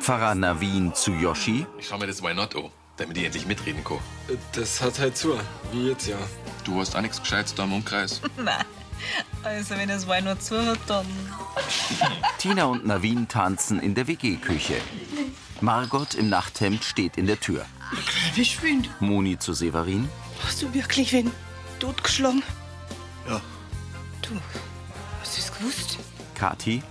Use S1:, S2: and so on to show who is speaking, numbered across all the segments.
S1: Pfarrer Navin Tsuyoshi.
S2: Ich schau mir das Why Not an, damit ich endlich mitreden kann.
S3: Das hat halt zu, wie jetzt ja.
S2: Du hast auch nichts Gescheites da im Umkreis.
S4: Nein. Also, wenn das Wein nur zuhört, dann.
S1: Tina und Navin tanzen in der WG-Küche. Margot im Nachthemd steht in der Tür.
S5: Verschwind.
S1: Moni zu Severin.
S5: Hast du wirklich wen totgeschlagen?
S6: Ja.
S5: Du, hast du es gewusst?
S1: Kati.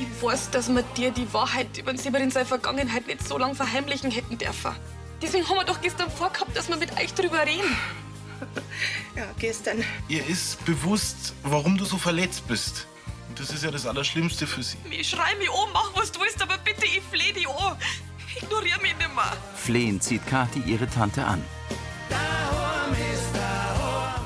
S7: Ich weiß, dass wir dir die Wahrheit über den Severin seine Vergangenheit nicht so lange verheimlichen hätten dürfen. Deswegen haben wir doch gestern vorgehabt, dass wir mit euch drüber reden.
S5: Ja, gestern.
S6: Ihr ist bewusst, warum du so verletzt bist. Und das ist ja das Allerschlimmste für sie.
S7: Ich schrei mich an, mach was du willst, aber bitte, ich fleh dich an. Ignorier mich nicht mehr.
S1: Flehend zieht Kati ihre Tante an.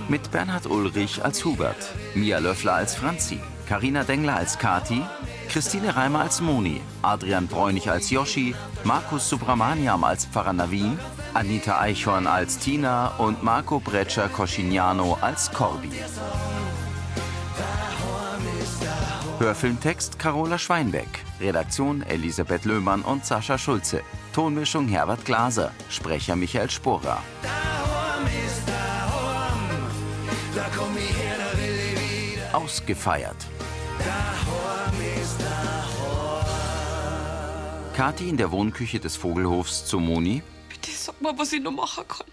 S1: Mit Bernhard Ulrich als Hubert, Mia Löffler als Franzi, Karina Dengler als Kati, Christine Reimer als Moni, Adrian Bräunig als Yoshi, Markus Subramaniam als Pfarrer Navin, Anita Eichhorn als Tina und Marco Breccia Coscignano als Corby. Hörfilmtext Carola Schweinbeck. Redaktion Elisabeth Löhmann und Sascha Schulze. Tonmischung Herbert Glaser. Sprecher Michael Sporer. Ausgefeiert. Kathi in der Wohnküche des Vogelhofs zu Moni.
S7: Bitte sag mal, was ich noch machen kann.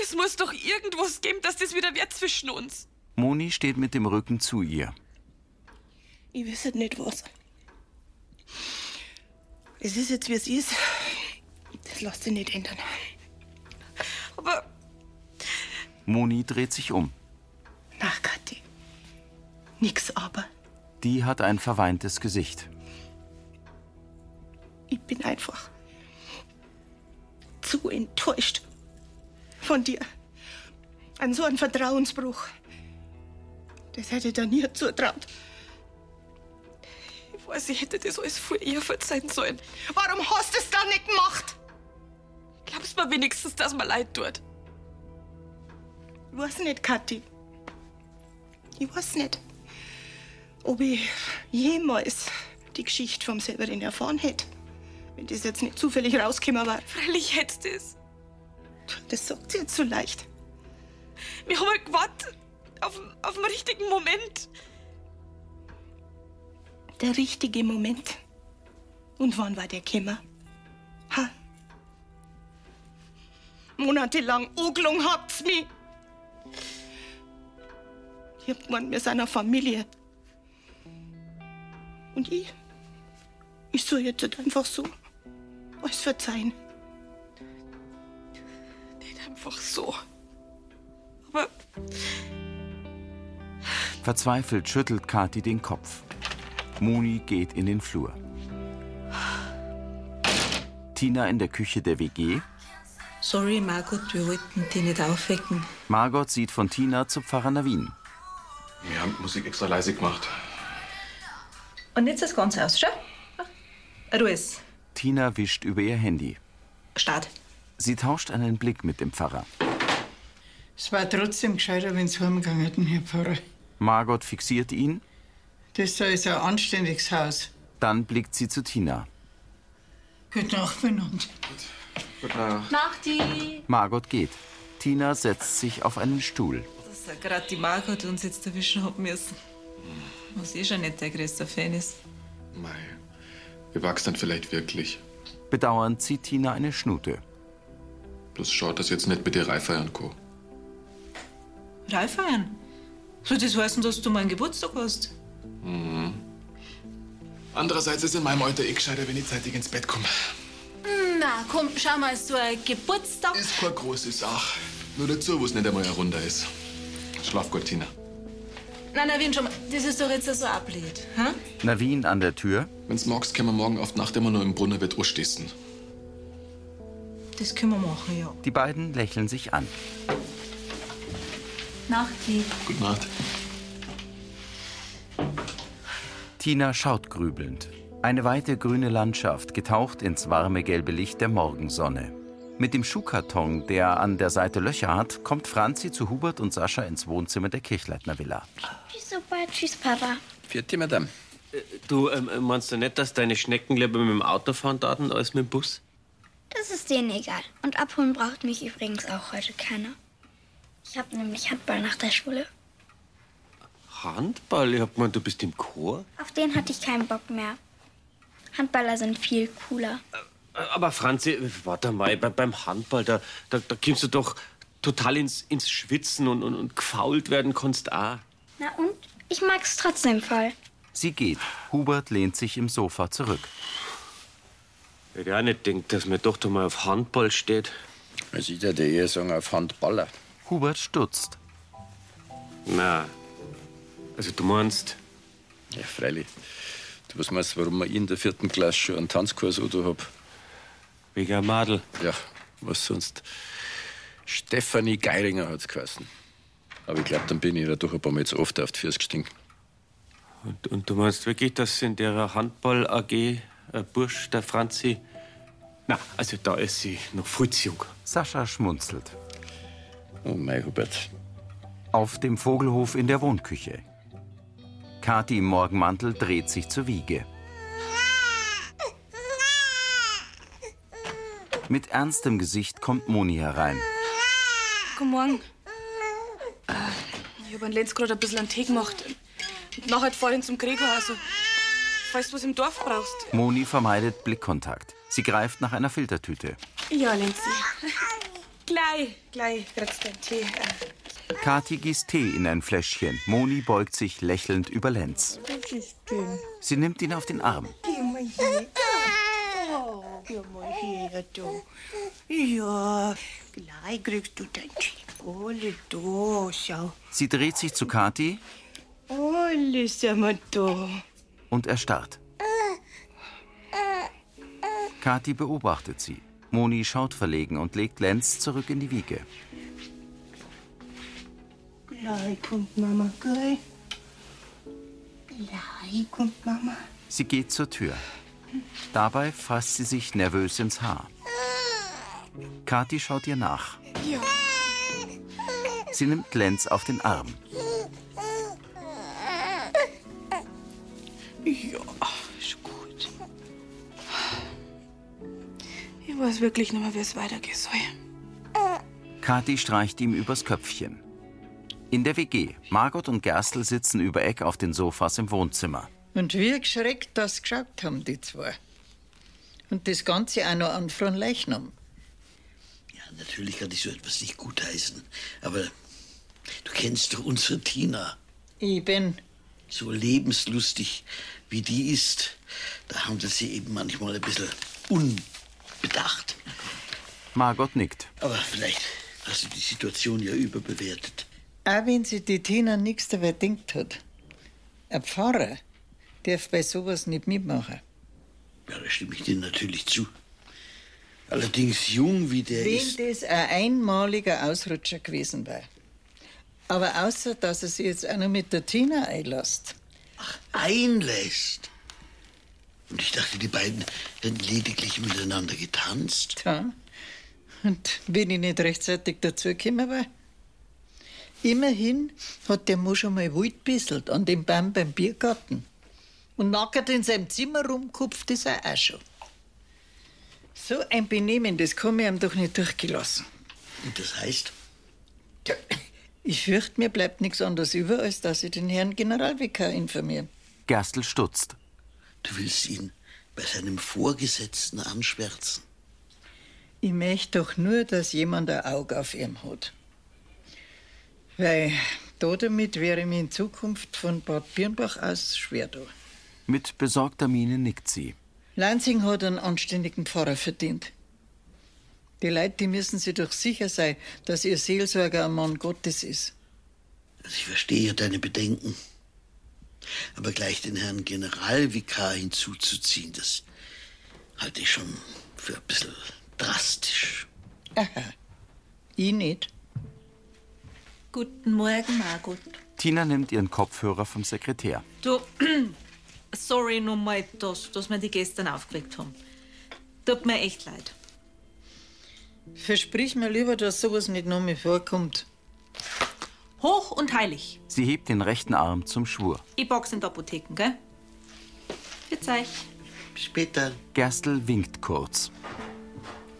S7: Es muss doch irgendwas geben, dass das wieder wird zwischen uns.
S1: Moni steht mit dem Rücken zu ihr.
S5: Ich weiß halt nicht was. Es ist jetzt, wie es ist. Das lässt sich nicht ändern.
S7: Aber
S1: Moni dreht sich um.
S5: Na, Kathi. Nix aber.
S1: Die hat ein verweintes Gesicht.
S5: Ich bin einfach zu enttäuscht von dir. An so einen Vertrauensbruch. Das hätte ich dir nie zutraut.
S7: ich weiß, ich hätte das alles viel eher verzeihen sollen.
S5: Warum hast du es dann nicht gemacht?
S7: Glaubst mir wenigstens, dass mir leid tut.
S5: Ich weiß nicht, Kathi. Ich weiß nicht, ob ich jemals die Geschichte vom Severin erfahren hätte, wenn das jetzt nicht zufällig rausgekommen war.
S7: Freilich hättest du es.
S5: Das sagt sie jetzt so leicht.
S7: Wir haben halt gewartet auf, auf den richtigen Moment.
S5: Der richtige Moment. Und wann war der gekommen? Ha? Monatelang Oglung habt's mich. Ich hab gemeint, wir sind eine Familie. Und ich? Ich soll jetzt halt einfach so alles verzeihen.
S7: Nicht einfach so. Aber
S1: Verzweifelt schüttelt Kathi den Kopf. Moni geht in den Flur. Tina in der Küche der WG.
S8: Sorry, Margot, wir wollten dich nicht aufwecken.
S1: Margot sieht von Tina zu Pfarrer Navin.
S2: Wir haben die Musik extra leise gemacht.
S8: Und jetzt das Ganze aus, schau. Ah, Ruhes.
S1: Tina wischt über ihr Handy.
S8: Start.
S1: Sie tauscht einen Blick mit dem Pfarrer.
S9: Es war trotzdem gescheiter, wenn Sie heimgegangen hätten, Herr Pfarrer.
S1: Margot fixiert ihn,
S9: Das da ist ein anständiges Haus.
S1: dann blickt sie zu Tina.
S9: Gute Nacht benannt.
S8: Nachti.
S1: Margot geht. Tina setzt sich auf einen Stuhl.
S8: Dass er gerade die Margot uns jetzt erwischen hat müssen. Was eh schon nicht der größte Fan ist.
S2: Mei, wir wachsen dann vielleicht wirklich.
S1: Bedauernd zieht Tina eine Schnute.
S2: Bloß schaut das jetzt nicht mit dir Reifer und Co.
S8: Ralf feiern. Soll das heißen, dass du meinen Geburtstag hast?
S2: Mhm. Andererseits ist in meinem Alter eh gescheiter, wenn ich zeitig ins Bett komme.
S10: Na, komm, schau mal, so ein Geburtstag.
S2: Ist keine große Sache. Nur dazu, wo es nicht einmal eine Runde ist. Schlaf gut, Tina.
S10: Nein, nein, Wien, schon mal. Das ist doch jetzt so ablehnt. Hä?
S1: Navin an der Tür.
S2: Wenn's magst, können wir morgen auf die Nacht immer nur im Brunnerwirt anstießen.
S8: Das können wir machen, ja.
S1: Die beiden lächeln sich an.
S8: Nachti.
S2: Gute Nacht.
S1: Tina schaut grübelnd. Eine weite grüne Landschaft, getaucht ins warme gelbe Licht der Morgensonne. Mit dem Schuhkarton, der an der Seite Löcher hat, kommt Franzi zu Hubert und Sascha ins Wohnzimmer der Kirchleitner Villa.
S11: Tschüss, Opa. Tschüss, Papa.
S3: Vierte Madame.
S12: Du, ähm, äh, meinst du nicht, dass deine Schnecken lieber mit dem Auto fahren taten als mit dem Bus?
S13: Das ist denen egal. Und abholen braucht mich übrigens auch heute keiner. Ich habe nämlich Handball nach der Schule.
S12: Handball? Ich hab gemeint, du bist im Chor?
S13: Auf den hatte ich keinen Bock mehr. Handballer sind viel cooler.
S12: Äh, Aber Franzi, warte mal, bei, beim Handball, da, da, da kommst du doch total ins, ins Schwitzen und, und, und gefault werden kannst auch.
S13: Na und? Ich mag's trotzdem voll.
S1: Sie geht. Hubert lehnt sich im Sofa zurück.
S12: Hätte ich auch nicht gedacht, dass meine Tochter mal auf Handball steht.
S14: Es ist ja die Ehesung auf Handballer.
S1: Hubert stutzt.
S12: Na, also du meinst?
S14: Ja, freilich. Du was meinst, warum ich in der vierten Klasse schon einen Tanzkurs oder hab?
S12: Wegen einem Madel.
S14: Ja, was sonst? Stefanie Geiringer hat's geheißen. Aber ich glaub, dann bin ich da doch ein paar Mal zu oft auf die Füße gestinkt.
S12: Und, und du meinst wirklich, dass in der Handball-AG ein äh, Bursch, der Franzi. Na, also da ist sie noch viel zu jung.
S1: Sascha schmunzelt.
S14: Oh mein Hubert.
S1: Auf dem Vogelhof in der Wohnküche. Kathi im Morgenmantel dreht sich zur Wiege. Mit ernstem Gesicht kommt Moni herein.
S7: Guten Morgen. Äh, ich habe an Lenz gerade ein bisschen einen Tee gemacht. Und nachher fahr ich zum Gregor. Also, falls du was im Dorf brauchst.
S1: Moni vermeidet Blickkontakt. Sie greift nach einer Filtertüte.
S7: Ja, Lenzi. gleich, gleich kriegst du einen Tee. äh,
S1: Kathi gießt Tee in ein Fläschchen. Moni beugt sich lächelnd über Lenz.
S5: Das ist schön.
S1: Sie nimmt ihn auf den Arm.
S5: Geh mal her. Oh, geh mal her, du. Ja, gleich kriegst du dein Tee. Alle da, schau.
S1: Sie dreht sich zu Kathi
S5: Alle sind wir da.
S1: und erstarrt. Kathi beobachtet sie. Moni schaut verlegen und legt Lenz zurück in die Wiege.
S5: Gleich kommt Mama, gell? Gleich kommt Mama.
S1: Sie geht zur Tür. Dabei fasst sie sich nervös ins Haar. Kathi schaut ihr nach.
S7: Ja.
S1: Sie nimmt Lenz auf den Arm.
S7: Ja, ist gut. Ich weiß wirklich nicht mehr, wie es weitergehen soll.
S1: Kathi streicht ihm übers Köpfchen. In der WG. Margot und Gerstl sitzen über Eck auf den Sofas im Wohnzimmer.
S9: Und wie geschreckt das geschaut haben, die zwei. Und das Ganze auch noch an Frau Leichnam.
S15: Natürlich kann ich so etwas nicht gutheißen. Aber du kennst doch unsere Tina.
S9: Ich bin.
S15: So lebenslustig wie die ist, da handelt sie eben manchmal ein bisschen unbedacht.
S1: Margot nickt.
S15: Aber vielleicht hast du die Situation ja überbewertet.
S9: Auch wenn sie die Tina nichts dabei denkt hat. Ein Pfarrer darf bei sowas nicht mitmachen.
S15: Ja, da stimme ich dir natürlich zu. Allerdings jung wie der
S9: wenn
S15: ist.
S9: das ein einmaliger Ausrutscher gewesen wäre. Aber außer, dass er sich jetzt auch noch mit der Tina einlässt.
S15: einlässt. Und ich dachte, die beiden hätten lediglich miteinander getanzt.
S9: Tja. Und wenn ich nicht rechtzeitig dazugekommen war? Immerhin hat der Mo schon mal wild bisselt an dem Baum beim Biergarten. Und nackert in seinem Zimmer rumkupft ist er auch schon. So ein Benehmen, das kann mir ihm doch nicht durchgelassen.
S15: Und das heißt?
S9: Ich fürchte, mir bleibt nichts anderes über, als dass ich den Herrn Generalvikar informiere.
S1: Gerstl stutzt.
S15: Du willst ihn bei seinem Vorgesetzten anschwärzen.
S9: Ich möchte doch nur, dass jemand ein Auge auf ihm hat. Weil da damit wäre mir in Zukunft von Bad Birnbach aus schwer da.
S1: Mit besorgter Miene nickt sie.
S9: Lansing hat einen anständigen Pfarrer verdient. Die Leute, die müssen sich doch sicher sein, dass ihr Seelsorger ein Mann Gottes ist.
S15: Ich verstehe deine Bedenken. Aber gleich den Herrn Generalvikar hinzuzuziehen, das halte ich schon für ein bisschen drastisch.
S9: Aha. Ich nicht.
S10: Guten Morgen, Margot.
S1: Tina nimmt ihren Kopfhörer vom Sekretär.
S16: Du,
S10: Sorry nochmal, dass, dass wir die gestern aufgeweckt haben.
S16: tut mir echt leid.
S9: Versprich mir lieber, dass sowas nicht noch mehr vorkommt.
S16: Hoch und heilig.
S1: Sie hebt den rechten Arm zum Schwur.
S16: Ich box in der Apotheken, gell?
S13: Grüßt euch.
S15: Später.
S1: Gerstl winkt kurz.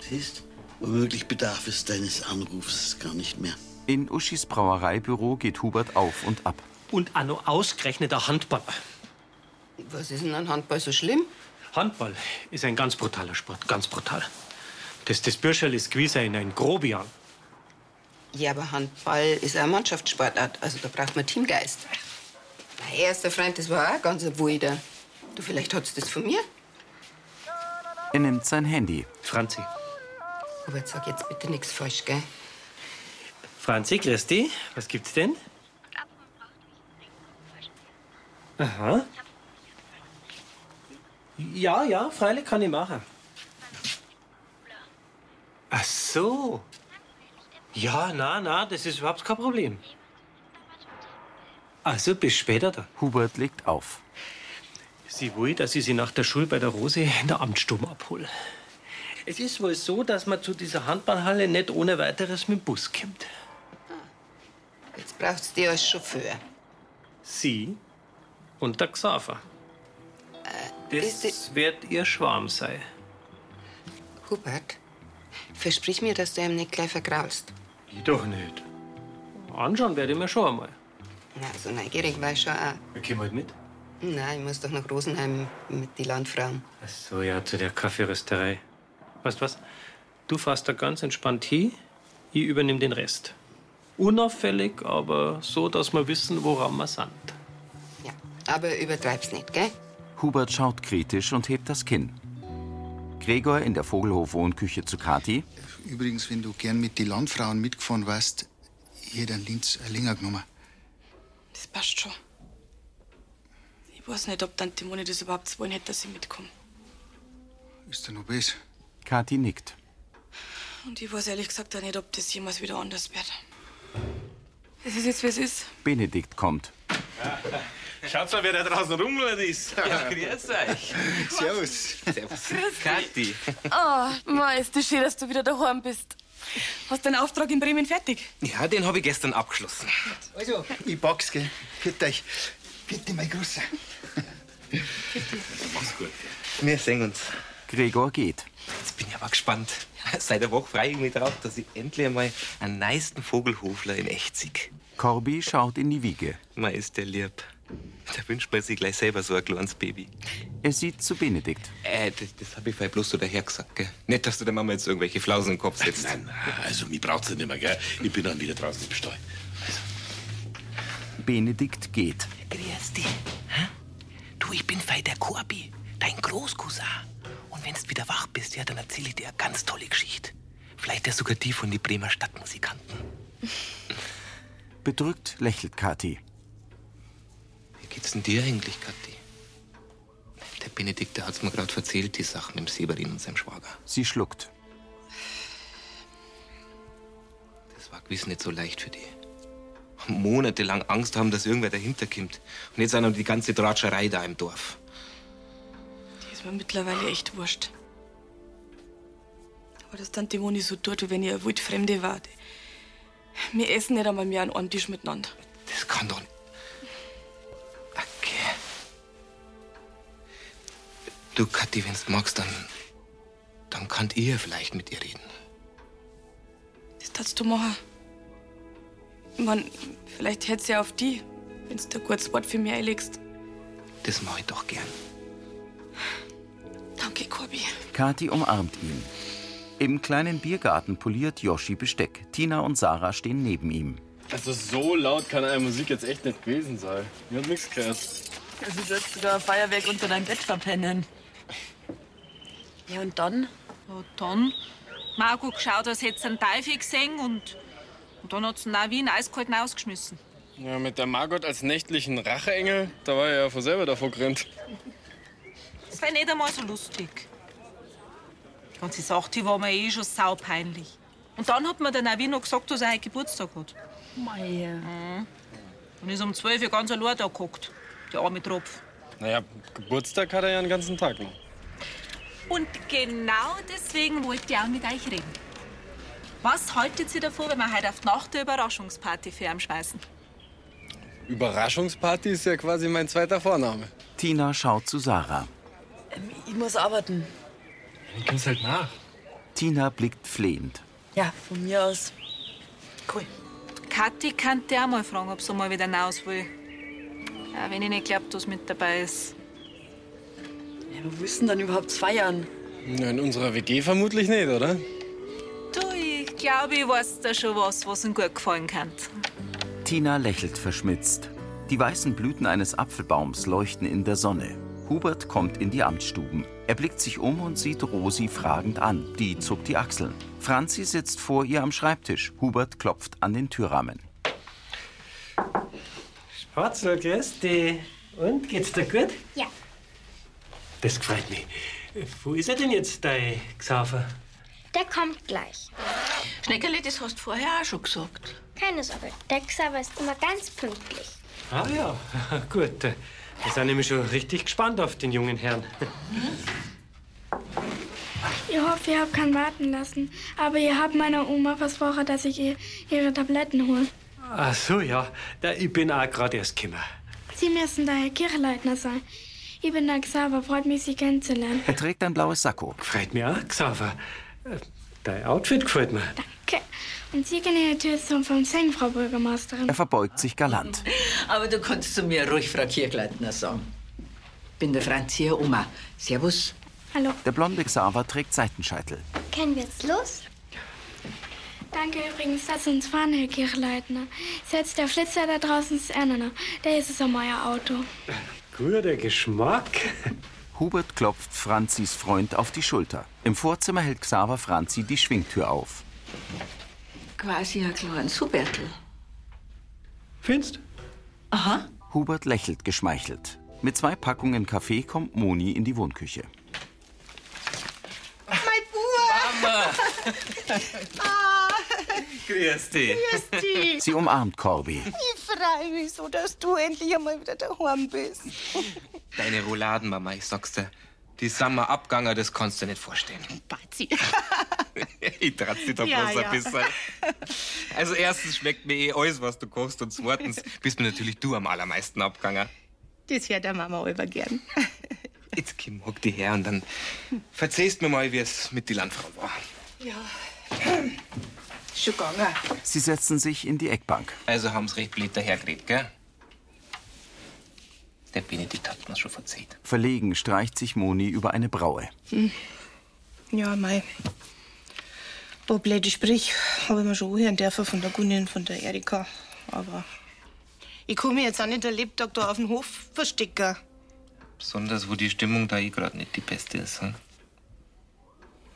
S15: Siehst, womöglich bedarf es deines Anrufs gar nicht mehr.
S1: In Uschis Brauereibüro geht Hubert auf und ab.
S12: Und anno ausgerechnet ein Handball.
S17: Was ist denn an Handball so schlimm?
S12: Handball ist ein ganz brutaler Sport, ganz brutal. Das, das Bürscherl ist gewiss in ein Grobian.
S17: Ja, aber Handball ist eine Mannschaftssportart, also da braucht man Teamgeist. Mein erster Freund, das war auch ganz ein Wilder. Du, vielleicht hattest das von mir?
S1: Er nimmt sein Handy.
S12: Franzi.
S17: Aber jetzt sag jetzt bitte nichts falsch, gell?
S12: Franzi, Christi, was gibt's denn? Aha. Ja, ja, freilich kann ich machen. Ach so. Ja, na, na, das ist überhaupt kein Problem. Also, bis später dann.
S1: Hubert legt auf.
S12: Sie will, dass ich sie nach der Schule bei der Rose in der Amtsstube abhole. Es ist wohl so, dass man zu dieser Handballhalle nicht ohne weiteres mit dem Bus kommt.
S17: Jetzt brauchst du dich als Chauffeur.
S12: Sie und der Xaver. Das wird ihr Schwarm sein.
S17: Hubert, versprich mir, dass du ihm nicht gleich vergraulst.
S12: Ich doch nicht. Anschauen werde ich mir schon einmal.
S17: Na, so neugierig war ich schon auch.
S12: Wir kommen halt mit.
S17: Nein, ich muss doch nach Rosenheim mit den Landfrauen.
S12: Ach so, ja, zu der Kaffeerösterei. Weißt was? Du fährst da ganz entspannt hin, ich übernehme den Rest. Unauffällig, aber so, dass wir wissen, woran wir sind.
S17: Aber übertreib's nicht, gell?
S1: Hubert schaut kritisch und hebt das Kinn. Gregor in der Vogelhof-Wohnküche zu Kathi.
S18: Übrigens, wenn du gern mit den Landfrauen mitgefahren wärst, ich hätte einen Linz äh, länger genommen.
S7: Das passt schon. Ich weiß nicht, ob Tante Moni das überhaupt wollen hätte, dass ich mitkomme.
S18: Ist da noch besser?
S1: Kathi nickt.
S7: Und ich weiß ehrlich gesagt auch nicht, ob das jemals wieder anders wird. Es ist jetzt, wie es ist.
S1: Benedikt kommt.
S19: Schaut mal, wer da draußen rumlert ist. Ja, grüß euch. Servus. Servus. Kathi.
S7: Oh, Mann, ist das schön, dass du wieder daheim bist. Hast deinen Auftrag in Bremen fertig?
S19: Ja, den habe ich gestern abgeschlossen.
S18: Also, ich pack's, gell? Für euch. Bitte, mein Großer.
S19: Mach's gut. Wir sehen uns.
S1: Gregor geht.
S19: Jetzt bin ich aber gespannt. Seit der Woche freue ich mich drauf, dass ich endlich einmal einen neisten Vogelhofler in echt sehe.
S1: Corby schaut in die Wiege.
S19: Man ist der lieb. Da wünscht man sich gleich selber so ein kleines Baby.
S1: Er sieht zu Benedikt.
S19: Äh, das, das habe ich vielleicht bloß so daher gesagt, gell? Nicht, dass du der Mama jetzt irgendwelche Flausen im Kopf setzt.
S15: Nein, also mich braucht's ja nicht mehr, gell? Ich bin dann wieder draußen im Stall.
S1: Benedikt geht.
S20: Grüß dich. Hä? Du, ich bin Fei der Korbi, dein Großcousin. Und wenn du wieder wach bist, ja, dann erzähle ich dir eine ganz tolle Geschichte.
S19: Vielleicht ja sogar die von den Bremer Stadtmusikanten.
S1: Bedrückt lächelt Kathi.
S19: Wie geht's denn dir eigentlich, Kathi? Der Benedikt, der hat's mir gerade erzählt, die Sache mit dem Severin und seinem Schwager.
S1: Sie schluckt.
S19: Das war gewiss nicht so leicht für die. Monatelang Angst haben, dass irgendwer dahinter kommt. Und jetzt haben die ganze Dratscherei da im Dorf.
S7: Die ist mir mittlerweile echt wurscht. Aber dass Tante Moni so tut, wie wenn ihr eine Wildfremde war. Wir essen nicht einmal mehr an einem Tisch miteinander.
S19: Das kann doch nicht. Okay. Du, Kathi, wenn du magst, dann. dann kann ihr vielleicht mit ihr reden.
S7: Das darfst du machen. Man, vielleicht hätt's ja auf die, wenn du ein gutes Wort für mich einlegst.
S19: Das mache ich doch gern.
S7: Danke, Corby.
S1: Kathi umarmt ihn. Im kleinen Biergarten poliert Yoshi Besteck. Tina und Sarah stehen neben ihm.
S21: Also so laut kann eine Musik jetzt echt nicht gewesen sein. Ich hab nichts gehört.
S8: Also sollst sogar ein Feuerwerk unter deinem Bett verpennen.
S7: Ja, und dann?
S10: Ja, dann. Marco geschaut, als hätte sie einen Teufel gesehen und, und dann hat sie ihn auch wie einen eiskalten ausgeschmissen.
S21: Ja, mit der Margot als nächtlichen Racheengel, da war er ja von selber davor gerannt.
S10: Das war nicht einmal so lustig. Die ganze Sache, die war mir eh schon saupeinlich. Und dann hat mir der Navi noch gesagt, dass er heute Geburtstag hat.
S8: Meier.
S10: Mhm. Und ist um 12 Uhr ganz allein da gehockt. Der arme Tropf.
S21: Naja, Geburtstag hat er ja den ganzen Tag noch.
S10: Und genau deswegen wollte ich auch mit euch reden. Was haltet ihr davon, wenn wir heute auf die Nacht eine Überraschungsparty für ihn schmeißen?
S21: Überraschungsparty ist ja quasi mein zweiter Vorname.
S1: Tina schaut zu Sarah.
S4: Ich muss arbeiten.
S21: Dann kommst halt nach.
S1: Tina blickt flehend.
S4: Ja, von mir aus.
S10: Kathi kann dir auch mal fragen, ob sie mal wieder hinaus will. Auch wenn ich nicht glaub, dass mit dabei ist.
S4: Ja, wo willst du denn dann überhaupt feiern?
S21: Na, in unserer WG vermutlich nicht, oder?
S10: Du, ich glaube, ich weiß da schon was, was ihm gut gefallen kann.
S1: Tina lächelt verschmitzt. Die weißen Blüten eines Apfelbaums leuchten in der Sonne. Hubert kommt in die Amtsstuben. Er blickt sich um und sieht Rosi fragend an. Die zuckt die Achseln. Franzi sitzt vor ihr am Schreibtisch. Hubert klopft an den Türrahmen.
S22: Spatzl, grüß dich. Und, geht's dir gut?
S13: Ja.
S22: Das gefällt mich. Wo ist er denn jetzt, dein Xaver?
S13: Der kommt gleich.
S23: Schneckerle, das hast du vorher auch schon gesagt.
S13: Keine Sorge, der Xaver ist immer ganz pünktlich.
S22: Ah ja, gut. Wir sind nämlich schon richtig gespannt auf den jungen Herrn.
S24: Ich hoffe, ihr habt keinen warten lassen. Aber ihr habt meiner Oma versprochen, dass ich ihr ihre Tabletten hole.
S22: Ach so, ja. Da, ich bin auch gerade erst gekommen.
S24: Sie müssen daher Kirchleitner sein. Ich bin der Xaver, freut mich, Sie kennenzulernen.
S1: Er trägt ein blaues Sakko.
S22: Gefällt mir auch, Xaver. Äh, Dein Outfit gefällt mir.
S24: Okay. Und Sie kennen natürlich so vom Singen, Frau Bürgermeisterin.
S1: Er verbeugt sich galant.
S4: Aber du kannst zu mir ruhig Frau Kirchleitner sagen. Bin der Franz hier, Oma. Servus.
S24: Hallo.
S1: Der blonde Xaver trägt Seitenscheitel.
S24: Können wir jetzt los? Danke übrigens, dass Sie uns fahren, Herr Kirchleitner. Selbst der Flitzer da draußen ist Ernana. Der ist es um euer Auto.
S22: Guter Geschmack.
S1: Hubert klopft Franzis Freund auf die Schulter. Im Vorzimmer hält Xaver Franzi die Schwingtür auf.
S23: Quasi ein kleines Hubertl.
S22: Findest
S23: Aha.
S1: Hubert lächelt geschmeichelt. Mit zwei Packungen Kaffee kommt Moni in die Wohnküche.
S5: Mein Bub!
S21: Mama!
S5: Ah,
S21: Grüß dich.
S5: grüß dich.
S1: Sie umarmt Corby.
S5: Ich freue mich so, dass du endlich einmal wieder daheim bist.
S19: Deine Rouladen, Mama, ich sag's dir. Die Sommerabganger, das kannst du dir nicht vorstellen.
S5: Batzi.
S19: ich tratze dich da
S5: Ja,
S19: bloß ein
S5: ja.
S19: bisschen. Also, erstens schmeckt mir eh alles, was du kochst, und zweitens bist mir natürlich du am allermeisten Abganger.
S5: Das hört der Mama über gern.
S19: Jetzt Kim, hock die her und dann verzehrst mir mal, wie es mit den Landfrauen war.
S5: Ja.
S23: Schon gegangen.
S1: Sie setzen sich in die Eckbank.
S19: Also haben's recht blöd dahergeredet, gell? Der Benedikt hat mir's schon verzeiht.
S1: Verlegen streicht sich Moni über eine Braue.
S5: Hm. Ja, mei. Paar blöde Sprich habe ich mir schon hören dürfen von der Gunni und von der Erika. Aber ich komme jetzt auch nicht der Lebtag da auf den Hof verstecken.
S19: Besonders, wo die Stimmung da eh gerade nicht die beste ist. Hm?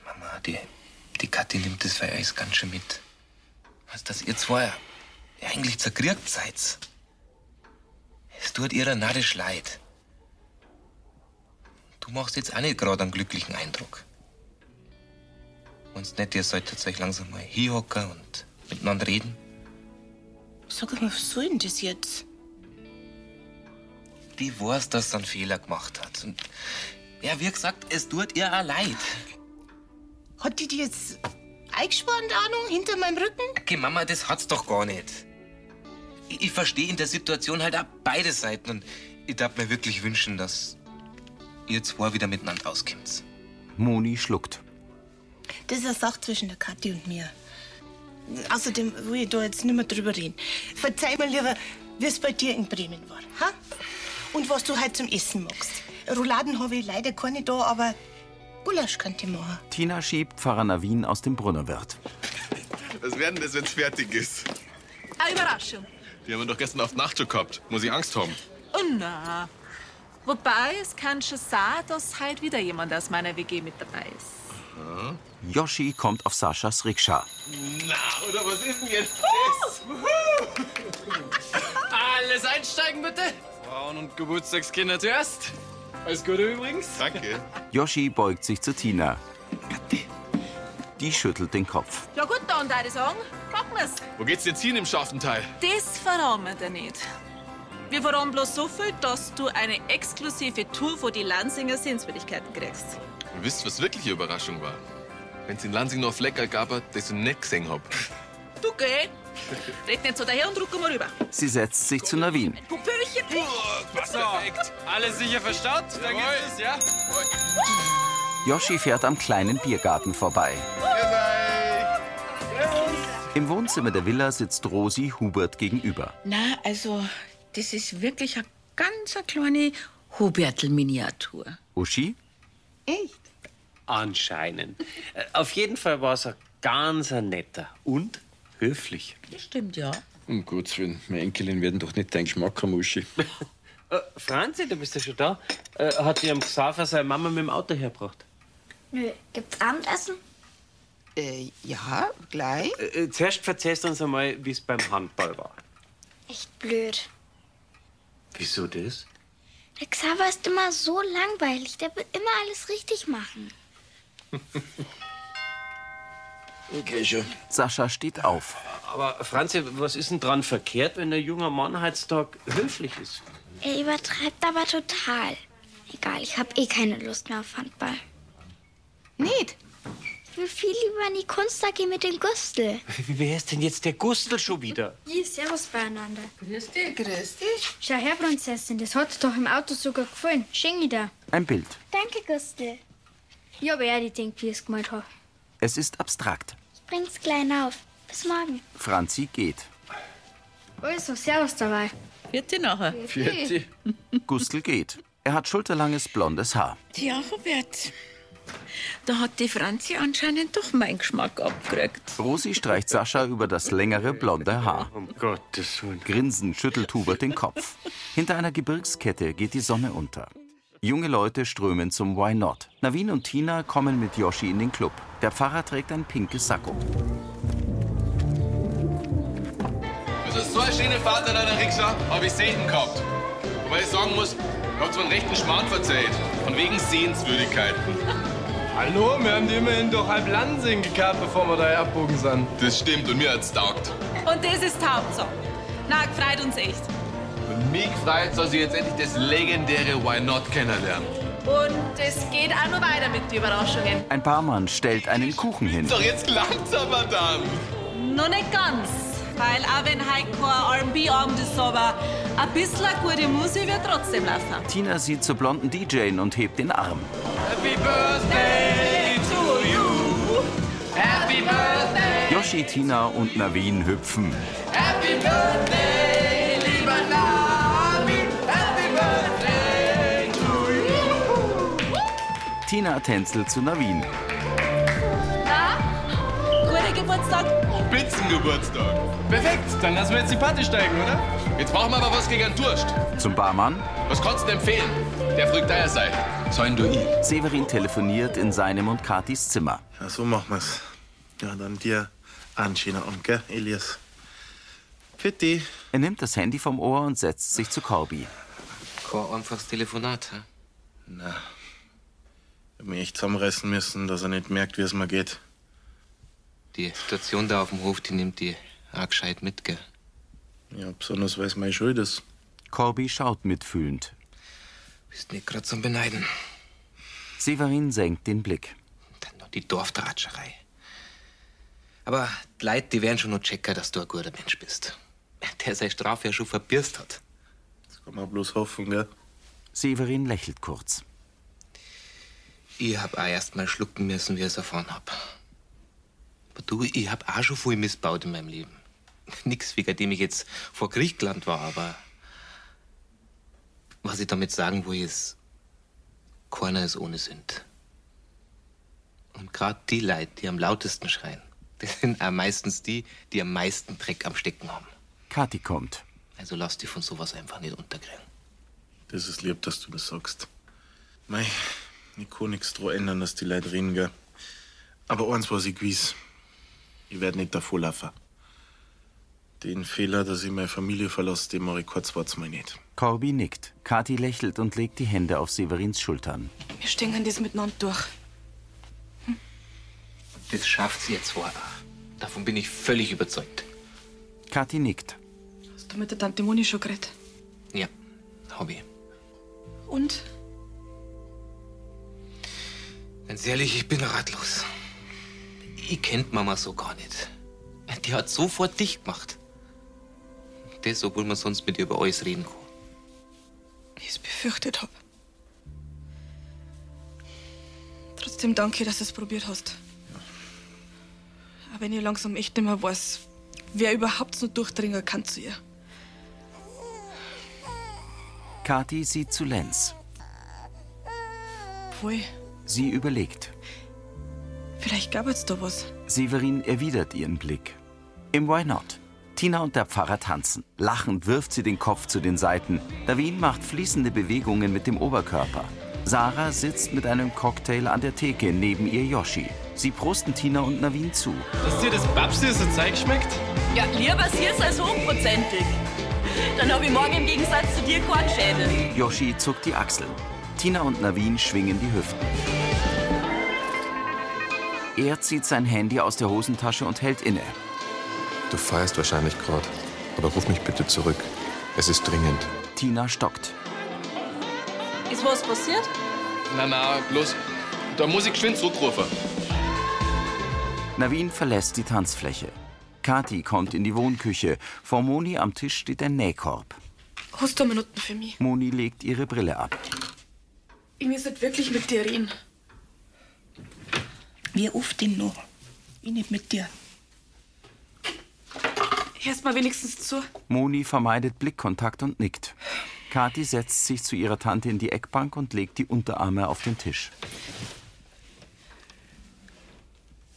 S19: Mama, die, die Kathi nimmt das für euch ganz schön mit. Was, dass ihr zwei ja eigentlich zerkriegt seid. Es tut ihrer narrisch leid. Du machst jetzt auch nicht gerade einen glücklichen Eindruck. Wenn's nicht, ihr solltet euch langsam mal hinhocken und miteinander reden.
S5: Sag mal, was soll denn das jetzt?
S19: Die weiß, dass sie einen Fehler gemacht hat. Und ja, wie gesagt, es tut ihr auch leid.
S5: Hat die die jetzt eingespannt, Ahnung, hinter meinem Rücken?
S19: Okay, Mama, das hat's doch gar nicht. Ich, ich verstehe in der Situation halt auch beide Seiten und ich darf mir wirklich wünschen, dass ihr zwei wieder miteinander auskommt.
S1: Moni schluckt.
S5: Das ist eine Sache zwischen der Kathi und mir. Außerdem will ich da jetzt nicht mehr drüber reden. Verzeih mir lieber, wie es bei dir in Bremen war. Ha? Und was du halt zum Essen magst. Rouladen habe ich leider keine da, aber Gulasch kann ich machen.
S1: Tina schiebt Pfarrer Navin aus dem Brunnerwirt.
S2: Was werden das, wenn's fertig ist?
S10: Eine Überraschung.
S2: Die haben wir doch gestern auf die Nacht schon gehabt. Muss ich Angst haben?
S10: Oh na. Wobei, es kann schon sein, dass heute wieder jemand aus meiner WG mit dabei ist.
S1: Yoshi kommt auf Saschas Rikscha.
S21: Na, oder was ist denn jetzt das? Alles einsteigen, bitte. Frauen und Geburtstagskinder zuerst. Alles Gute übrigens.
S2: Danke.
S1: Yoshi beugt sich zu Tina. Die schüttelt den Kopf.
S10: Ja gut, dann würde ich sagen, machen wir's.
S2: Wo geht's jetzt hin im scharfen Teil?
S10: Das verraten wir dir nicht. Wir verraten bloß so viel, dass du eine exklusive Tour von die Lansinger Sehenswürdigkeiten kriegst.
S2: Ihr wisst, was wirklich eine Überraschung war. Wenn's in Lansing noch Flecker gab, das ich nicht gesehen hab.
S10: Du geh, Red nicht so daher und ruck mal rüber.
S1: Sie setzt sich zu Navin.
S10: Pupillchen.
S21: Oh, So, alles sicher verstaut? Dann geht's los, ja?
S1: Yoshi fährt am kleinen Biergarten vorbei. Im Wohnzimmer der Villa sitzt Rosi Hubert gegenüber.
S23: Na, also, das ist wirklich eine ganz eine kleine Hubertl-Miniatur.
S1: Uschi?
S23: Echt?
S22: Anscheinend. Äh, Auf jeden Fall war es ein ganz ein netter und höflich.
S23: Das stimmt, ja.
S21: Um Gottes Willen, meine Enkelin werden doch nicht dein Geschmack haben, Uschi.
S22: Äh, Franzi, du bist ja schon da. Äh, hat dir am Xaver seine Mama mit dem Auto hergebracht?
S13: Nö, gibt's Abendessen?
S17: Äh, ja, gleich.
S22: Äh, äh, zuerst verzehrst du uns einmal, wie es beim Handball war.
S13: Echt blöd.
S22: Wieso das?
S13: Der Xaver ist immer so langweilig. Der will immer alles richtig machen.
S15: Okay, schon.
S1: Sascha steht auf.
S22: Aber Franzi, was ist denn dran verkehrt, wenn der junge Mann heutzutage höflich ist?
S13: Er übertreibt aber total. Egal, ich hab eh keine Lust mehr auf Handball.
S23: Nicht?
S13: Ich will viel lieber in die Kunstag gehen mit dem Gustl.
S22: Wie wär's denn jetzt der Gustl schon wieder?
S24: Hier, servus beieinander.
S17: Grüß dich, grüß dich.
S24: Schau her, Prinzessin, das hat doch im Auto sogar gefallen. Schenke da.
S1: Ein Bild.
S24: Danke, Gustl. Ich habe eher die denkt, wie ich es gemalt habe.
S1: Es ist abstrakt.
S13: Ich bring's klein auf. Bis morgen.
S1: Franzi geht.
S24: Also, servus dabei.
S23: Vierte nachher.
S1: Gustl geht. Er hat schulterlanges blondes Haar.
S23: Ja, Hubert. Da hat die Franzi anscheinend doch meinen Geschmack abgekriegt.
S1: Rosi streicht Sascha über das längere blonde Haar. Um Gottes Willen. Grinsend schüttelt Hubert den Kopf. Hinter einer Gebirgskette geht die Sonne unter. Junge Leute strömen zum Why Not. Navin und Tina kommen mit Yoshi in den Club. Der Pfarrer trägt ein pinkes Sakko.
S21: Also, so eine schöne Fahrt an einer Rikscha habe ich selten gehabt. Wobei ich sagen muss, ihr habt mir einen rechten Schmarrn verzählt. Von wegen Sehenswürdigkeiten. Hallo, wir haben die immerhin durch halb Lansing gekarrt, bevor wir da abbogen sind.
S2: Das stimmt und mir hat's taugt.
S10: Und das ist die Hauptsache. Na, freut uns echt.
S2: Und mich freut's, dass ich jetzt endlich das legendäre Why Not kennenlernen.
S10: Und es geht auch noch weiter mit den Überraschungen.
S1: Ein Barmann stellt einen Kuchen hin.
S2: Doch jetzt langsamer dann.
S10: Noch nicht ganz. Weil auch wenn Heiko ein R&B-Abend ist, aber ein bisschen gute Musik wird trotzdem laufen.
S1: Tina sieht zur blonden DJin und hebt den Arm.
S21: Happy Birthday to you. Happy Birthday.
S1: Yoshi, Tina und Navin hüpfen.
S21: Happy Birthday, lieber Navi. Happy Birthday to you.
S1: Tina tänzelt zu Navin.
S10: Na? Guter Geburtstag.
S2: Spitzengeburtstag.
S21: Perfekt, dann lassen wir jetzt die Party steigen, oder?
S2: Jetzt brauchen wir aber was gegen einen Durst.
S1: Zum Barmann.
S2: Was kannst du denn empfehlen? Der fragt daher sei. Sollen du ihn?
S1: Severin telefoniert in seinem und Katis Zimmer.
S3: Ja, so machen wir's. Ja, dann dir einen schönen Abend, gell, Elias? Fitti.
S1: Er nimmt das Handy vom Ohr und setzt sich zu Corby.
S19: Kein einfaches Telefonat, hä?
S3: Na, ich hab mich echt zusammenreißen müssen, dass er nicht merkt, wie es mir geht.
S19: Die Station da auf dem Hof, die nimmt die auch gescheit mit, gell?
S3: Ja, besonders weil es meine Schuld ist.
S1: Corby schaut mitfühlend.
S19: Bist nicht grad zum Beneiden.
S1: Severin senkt den Blick.
S19: Nur die Dorftratscherei. Aber die Leute, die werden schon noch checken, dass du ein guter Mensch bist. Der seine Strafe ja schon verbirst hat.
S3: Das kann man bloß hoffen, gell?
S1: Severin lächelt kurz.
S19: Ich hab auch erst mal schlucken müssen, wie ich es erfahren hab. Aber du, ich hab auch schon viel missbaut in meinem Leben. Nix, wegen dem ich jetzt vor Griechenland war, aber. Was ich damit sagen will, ist, keiner ist ohne Sünd. Und gerade die Leute, die am lautesten schreien, das sind auch meistens die, die am meisten Dreck am Stecken haben.
S1: Kathi kommt.
S19: Also lass dich von sowas einfach nicht unterkriegen.
S3: Das ist lieb, dass du das sagst. Mei, ich kann nichts dran ändern, dass die Leute reden, gell? Aber eins was ich gewiss. Ich werd nicht davor laufen. Den Fehler, dass ich meine Familie verlasse, den mache ich kurzwärts mal nicht.
S1: Corby nickt. Kathi lächelt und legt die Hände auf Severins Schultern.
S7: Wir stehen das miteinander durch.
S19: Das schafft sie jetzt zwar. Davon bin ich völlig überzeugt.
S1: Kathi nickt.
S7: Hast du mit der Tante Moni schon geredet?
S19: Ja, Hobby.
S7: Und?
S19: Ganz ehrlich, ich bin ratlos. Ich kennt Mama so gar nicht. Die hat sofort dicht gemacht. Das, obwohl man sonst mit ihr über alles reden kann.
S7: wie ich es befürchtet habe. Trotzdem danke, dass du es probiert hast. Aber wenn ich langsam echt nicht mehr weiß, wer überhaupt noch durchdringen kann zu ihr.
S1: Kathi sieht zu Lenz.
S7: Pfui,
S1: Sie überlegt.
S7: vielleicht gab es da was.
S1: Severin erwidert ihren Blick. Im Why Not? Tina und der Pfarrer tanzen. Lachend wirft sie den Kopf zu den Seiten. Davin macht fließende Bewegungen mit dem Oberkörper. Sarah sitzt mit einem Cocktail an der Theke neben ihr Yoshi. Sie prosten Tina und Navin zu.
S6: Dass dir das Babsi so zeig schmeckt?
S11: Ja, lieber süß als hochprozentig. Dann habe ich morgen im Gegensatz zu dir keinen Schädel.
S1: Yoshi zuckt die Achseln. Tina und Navin schwingen die Hüften. Er zieht sein Handy aus der Hosentasche und hält inne.
S25: Du feierst wahrscheinlich gerade. Aber ruf mich bitte zurück. Es ist dringend.
S1: Tina stockt.
S10: Ist was passiert?
S21: Na, na, bloß, da muss ich geschwind zurückrufen.
S1: Navin verlässt die Tanzfläche. Kathi kommt in die Wohnküche. Vor Moni am Tisch steht ein Nähkorb.
S7: Hast du Minuten für mich?
S1: Moni legt ihre Brille ab.
S7: Ich müsste wirklich mit dir reden.
S24: Wie oft denn noch? Ich nicht mit dir.
S7: Hörst mal wenigstens zu.
S1: Moni vermeidet Blickkontakt und nickt. Kathi setzt sich zu ihrer Tante in die Eckbank und legt die Unterarme auf den Tisch.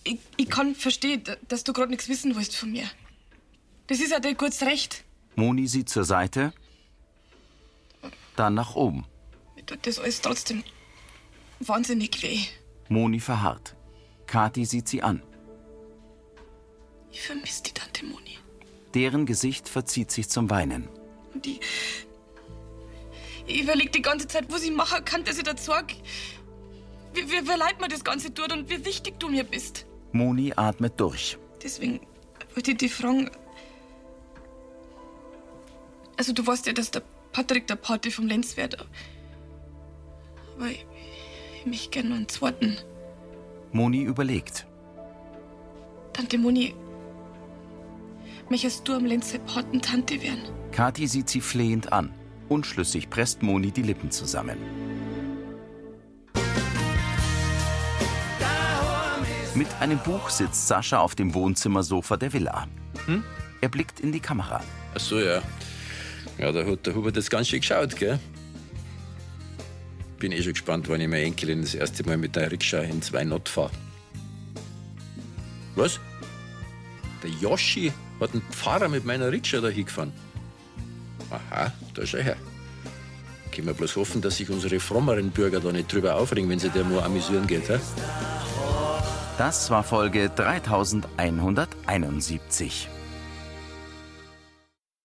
S7: Ich, ich kann verstehen, da- dass du gerade nichts wissen willst von mir. Das ist ja dein gutes Recht.
S1: Moni sieht zur Seite, dann nach oben.
S7: Mir tut das alles trotzdem wahnsinnig weh.
S1: Moni verharrt. Kathi sieht sie an.
S7: Ich vermisse die Tante Moni.
S1: Deren Gesicht verzieht sich zum Weinen.
S7: Und ich. Ich überlege die ganze Zeit, was ich machen kann, dass ich dazu sage, wie, wie, wie leid mir das Ganze tut und wie wichtig du mir bist.
S1: Moni atmet durch.
S7: Deswegen wollte ich dich fragen. Also, du weißt ja, dass der Patrick der Pate vom Lenz wird. Aber ich, ich möchte gerne noch einen zweiten.
S1: Moni überlegt.
S7: Tante Moni, möchtest du am Lenz der Patentante werden?
S1: Kathi sieht sie flehend an. Unschlüssig presst Moni die Lippen zusammen. Mit einem Buch sitzt Sascha auf dem Wohnzimmersofa der Villa.
S14: Hm?
S1: Er blickt in die Kamera.
S14: Ach so, ja. Ja, da hat der Hubert das ganz schön geschaut, gell? Bin eh schon gespannt, wann ich meine Enkelin das erste Mal mit der Rikscha ins Weinot fahre. Was? Der Yoshi hat einen Pfarrer mit meiner Rikscha da hingefahren. Aha, da schau her. Können wir bloß hoffen, dass sich unsere frommeren Bürger da nicht drüber aufregen, wenn sie der nur amüsieren geht, hä?
S1: Das war Folge 3171.